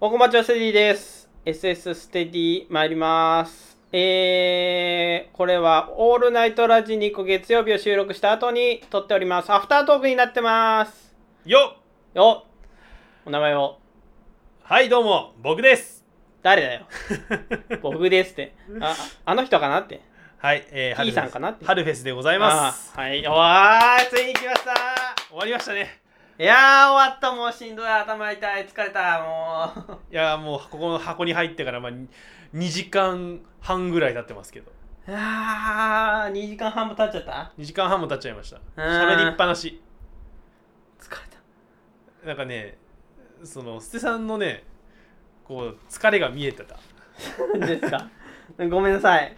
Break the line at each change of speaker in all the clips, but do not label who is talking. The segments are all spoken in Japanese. おこまちはステディです。SS ステディ参ります。えー、これはオールナイトラジニコ月曜日を収録した後に撮っております。アフタートークになってます。
よっ
よお名前を。
はいどうも僕です
誰 だよ。僕ですって。あ、あの人かなって。
はい、えー、
キーさん
春フェス
かなって
春フェスでございま
あ
す
ーはい。おわーい、ついに来ました
終わりましたね
いやー、終わった。もうしんどい。頭痛い。疲れた。もう。
いやーもうここの箱に入ってからまあに2時間半ぐらい経ってますけど
あー、2時間半も経っちゃった
2時間半も経っちゃいました
ん
喋りっぱなし
疲れた。
なんかねその捨てさんのねこう疲れが見えてた
ですか ごめんなさい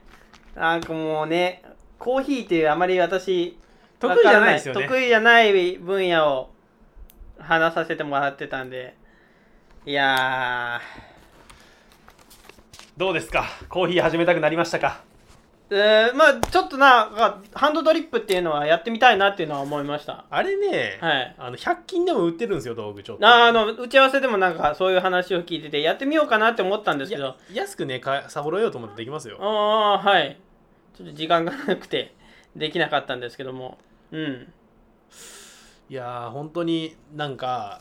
なんかもうねコーヒーっていうあまり私
得意じゃないですよ
わ
ね
から得意じゃない分野を話させてもらってたんでいや
どうですかコーヒー始めたくなりましたか
ーえーまあちょっとなハンドドリップっていうのはやってみたいなっていうのは思いました
あれね、
はい
あの100均でも売ってるんですよ道具ちょっと
ああの打ち合わせでもなんかそういう話を聞いててやってみようかなって思ったんですけど
や安くねかサボろえようと思ってできますよ
ああーはいちょっと時間がなくてできなかったんですけどもうん
いやー本当になんか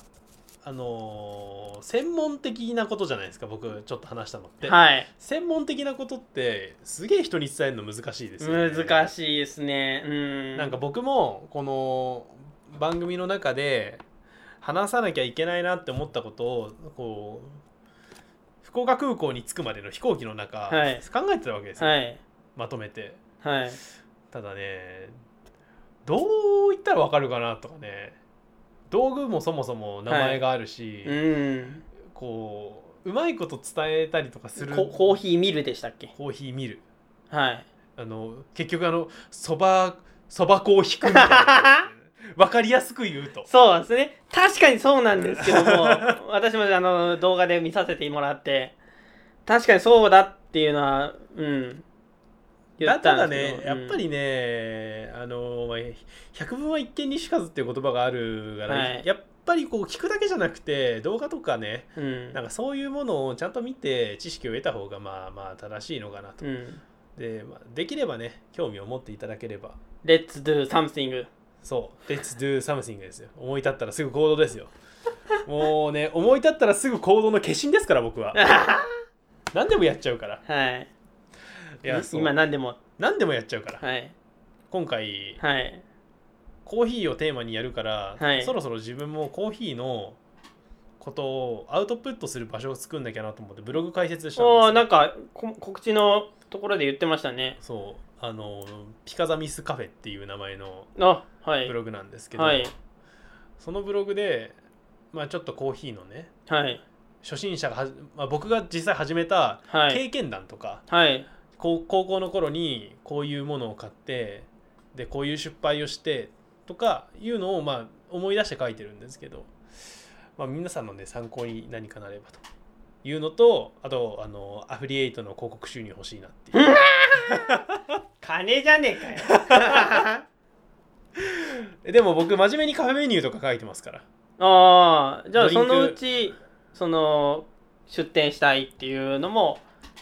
あのー専門的なことじゃないですか僕ちょっと話したのって、
はい
専門的なことってすげえ人に伝えるの難しいですよ、ね、
難しいですねうん
なんか僕もこの番組の中で話さなきゃいけないなって思ったことをこう福岡空港に着くまでの飛行機の中、
はい
考えてたわけですよ、
はい
まとめて
はい
ただねどう言ったらわかるかなとかね道具もそもそも名前があるし、
うん
こううまいこと伝えたりとかする
ココーヒーミルでしたっけ
コーヒー見る
はい
あの結局あのそばそば粉を引くみ たいなわかりやすく言うと
そうですね確かにそうなんですけど も私もあの動画で見させてもらって確かにそうだっていうのはうん
だただ
んです
ね、
けど
やっぱりねあの、まあ、百聞は一見にしかずっていう言葉があるから、
はい
やっぱりこう聞くだけじゃなくて動画とかね
うん、うん
なんかそういうものをちゃんと見て知識を得た方がまあまあ正しいのかなと、
うん、
で、まあ、できればね興味を持っていただければ
Let's do something
そう、Let's do something ですよ。思い立ったらすぐ行動ですよ。もうね、思い立ったらすぐ行動の化身ですから、僕は。何でもやっちゃうから。
はい
いや、そう
今何でも
何でもやっちゃうから。
はい
今回、
はい
コーヒーをテーマにやるから、
はい
そろそろ自分もコーヒーのことをアウトプットする場所を作んなきゃなと思って、ブログ開設したん
おー
です
な
よ。
んかこ告知のところで言ってましたね
そう、あの、ピカザミスカフェっていう名前の
あはい
ブログなんですけど、
はい
そのブログで、まあちょっとコーヒーのね、
はい
初心者がはじ、まあ、僕が実際始めた
はい
経験談とか、
はい
こう高校の頃にこういうものを買ってでこういう失敗をしてとかいうのをまあ思い出して書いてるんですけど、まあ、皆さんのね参考に何かなればというのとあとあのアフィリエイトの広告収入欲しいなっていう
金じゃねえかよ
えでも僕真面目にカフェメニューとか書いてますから
ああじゃあ
ドリン
そ
ク
のうちその出店したいっていうのも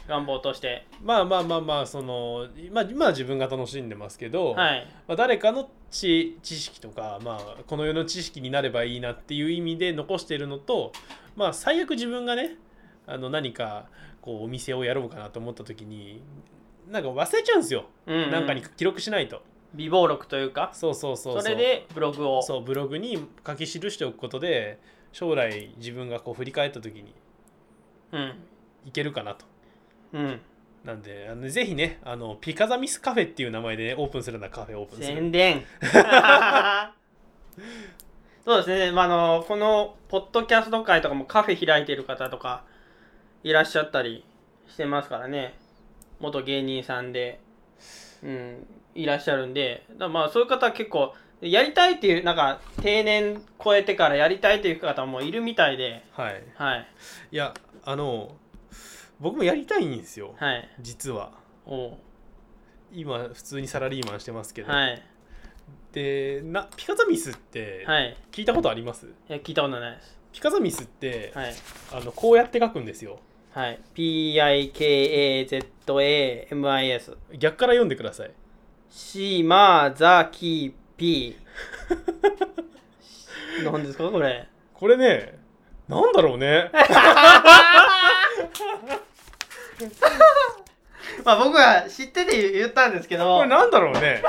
願望として
まあまあまあまあその、まあ、今は自分が楽しんでますけど、
はい
まあ、誰かの知知識とか、まあ、この世の知識になればいいなっていう意味で残しているのと、まあ、最悪自分がねあの何かこうお店をやろうかなと思った時になんか忘れちゃうんですよ、
うんうん
なんかに記録しないと
微暴録というか
そうそうそう
それでブログを
そうブログに書き記しておくことで将来自分がこう振り返った時に
うん
いけるかなと。
うん
なんであのぜひねあのピカザミスカフェっていう名前でね、オープンするならカフェオープンする
宣伝 そうですね、まあ、あのこのポッドキャスト界とかもカフェ開いてる方とかいらっしゃったりしてますからね元芸人さんで、うん、いらっしゃるんでだからまあそういう方は結構やりたいっていうなんか定年超えてからやりたいっていう方もいるみたいで
はい
はい
いやあの僕もやりたいんですよ、
はい
実は
おう
今普通にサラリーマンしてますけど、
はい
でなピカザミスって
はい
聞いたことあります、
いや聞いたことないです
ピカザミスって、
はい
あのこうやって書くんですよ
はい PIKAZAMIS
逆から読んでください
シマザキ ピーなんですかこれ
これねなんだろうね
まあ僕は知ってて言ったんですけど
これなんだろうね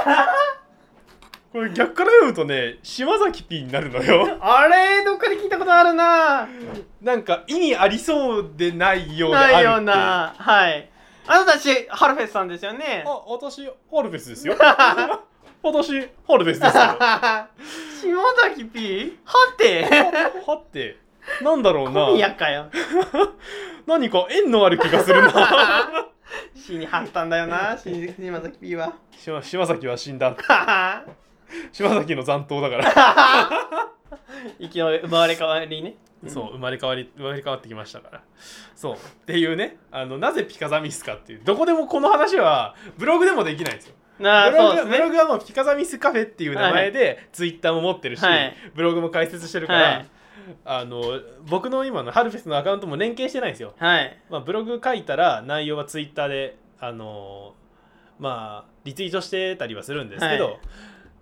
これ逆から読むとね島崎 P になる のよ
あれどっかで聞いたことあるな
なんか意味ありそうでないようであるって
な
いう
いようなはいあなたたちハルフェスさんですよね
あ私ハルフェスで すよ私ハルフェスですよは
下 崎 P? はて
ってなんだろうな
今夜かよ
何か縁のある気がするな
死にはったんだよなし島崎 P は
島島崎は死んだ島崎の残党だから
息の生まれ変わりね
そう生まれ変わり生まれ変わってきましたからそうっていうねあのなぜピカザミスかっていうどこでもこの話はブログでもできないんですよ
なあ
ブロ
そう
グ
です
ブ
ね
ログはもうピカザミスカフェっていう名前でツイッターも持ってるし、
はい
ブログも開設してるから、
はい
あの僕の今のハルフェスのアカウントも連携してないんですよ、
はい
まあ、ブログ書いたら内容はツイッターであのまあリツイートしてたりはするんですけど、
はい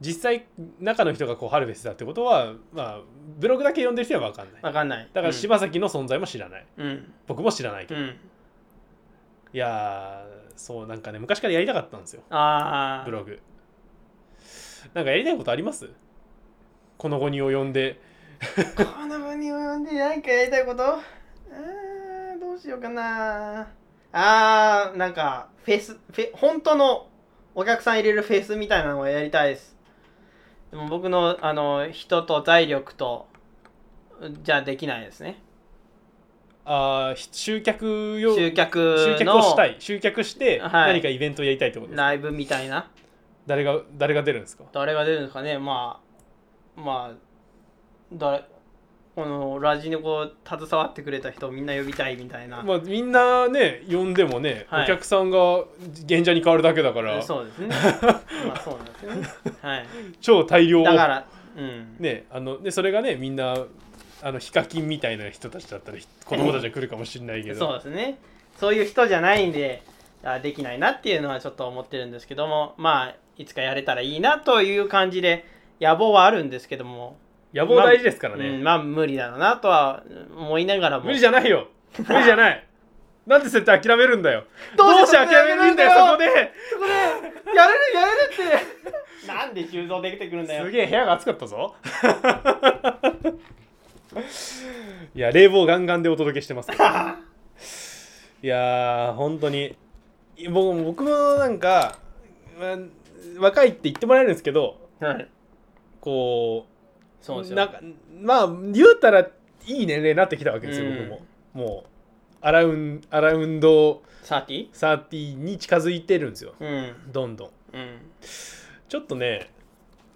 実際中の人がこうハルフェスだってことは、まあ、ブログだけ読んでる人は分かんない
わかんない
だから
島
柴崎の存在も知らない、
うん
僕も知らないけ
う
ど、
ん
いやーそうなんかね昔からやりたかったんですよ
あ
ブログなんかやりたいことありますこの後に及んで
あこの分に及んで何かやりたいことあーどうしようかなあーなんかフェスフェ本当のお客さん入れるフェスみたいなのをやりたいですでも僕のあの人と財力とじゃできないですね
あーひ集客用
集客
集客を
の
したい集客して
はい
何かイベントをやりたいってことですか、
ライブみたいな
誰が誰が出るんですか
誰が出るんですかねまあまあ誰このラジにこう携わってくれた人をみんな呼びたいみたいな、
まあ、みんなね呼んでもね、
はい
お客さんが現者に変わるだけだから
そう ですねまあそうなんですよねはい
超大量
だから、うん、
ねあのでそれがねみんなあのヒカキンみたいな人たちだったらひ子供たちは来るかもしれないけど
そうですね。そういう人じゃないんで、あできないなっていうのはちょっと思ってるんですけども、まあ、いつかやれたらいいなという感じで、野望はあるんですけども、
野望大事ですからね、
うん、まあ、無理だろうなとは思いながらも。
無理じゃないよ無理じゃないなんでそうやって諦めるんだよ
ど
ど
うし
うしてて
諦
諦
め
め
る
る
ん
ん
だ
だ
よ
よそこで
やれるやれるってなんで修造できてくるんだよ
す。げえ部屋が暑かったぞ いや冷房ガンガンでお届けしてます けどいやー本当にい僕も僕もなんか、まあ若いって言ってもらえるんですけど
はい。
こう
そうです
なん
よ。
かまあ言うたらいい年齢になってきたわけですよ、
うん
僕ももうアラウンアラウンド
サーティ
30に近づいてるんですよ
うん。
どんどん
うん。
ちょっとね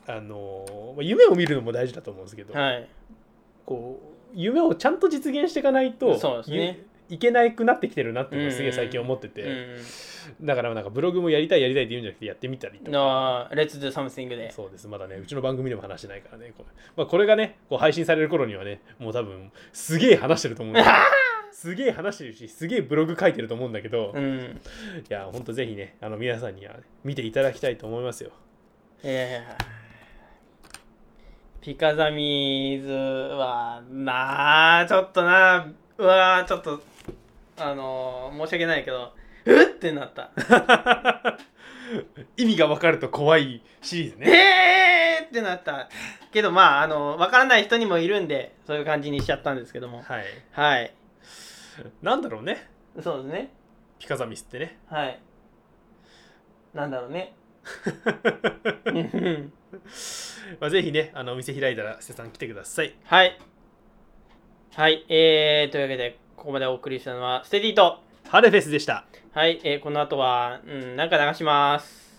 あのーまあ夢を見るのも大事だと思うんですけど、
はい。
こう夢をちゃんと実現していかないと
そうですね
ゆいけなくなってきてるなっていうのがすげえ最近思って
う
て、
ん。
だからなんかブログもやりたいやりたいって言うんじゃなくてやってみたりとか
あー Let's do something で。
そうですまだねうちの番組でも話してないからねこれ,、まあ、これがねこう配信される頃にはねもう多分すげえ話してると思う んですよすげえ話してるしすげえブログ書いてると思うんだけど、
う
い
ん。
やほんとぜひねあの皆さんには見ていただきたいと思いますよ
いやいやピカザミズはなあちょっとなうわあちょっとあのー申し訳ないけどうっってなった
意味が分かると怖いシリーズね
えーってなったけどまああのわからない人にもいるんでそういう感じにしちゃったんですけども
はい
はい
なんだろうね
そうですね
ピカザミスってね
はいなんだろうねうん
まあぜひねあのお店開いたら瀬さん来てください
はいはいえー、というわけでここまでお送りしたのはステディと
ハレフェスでした
はい、えーこの後は、うん、なんか流します。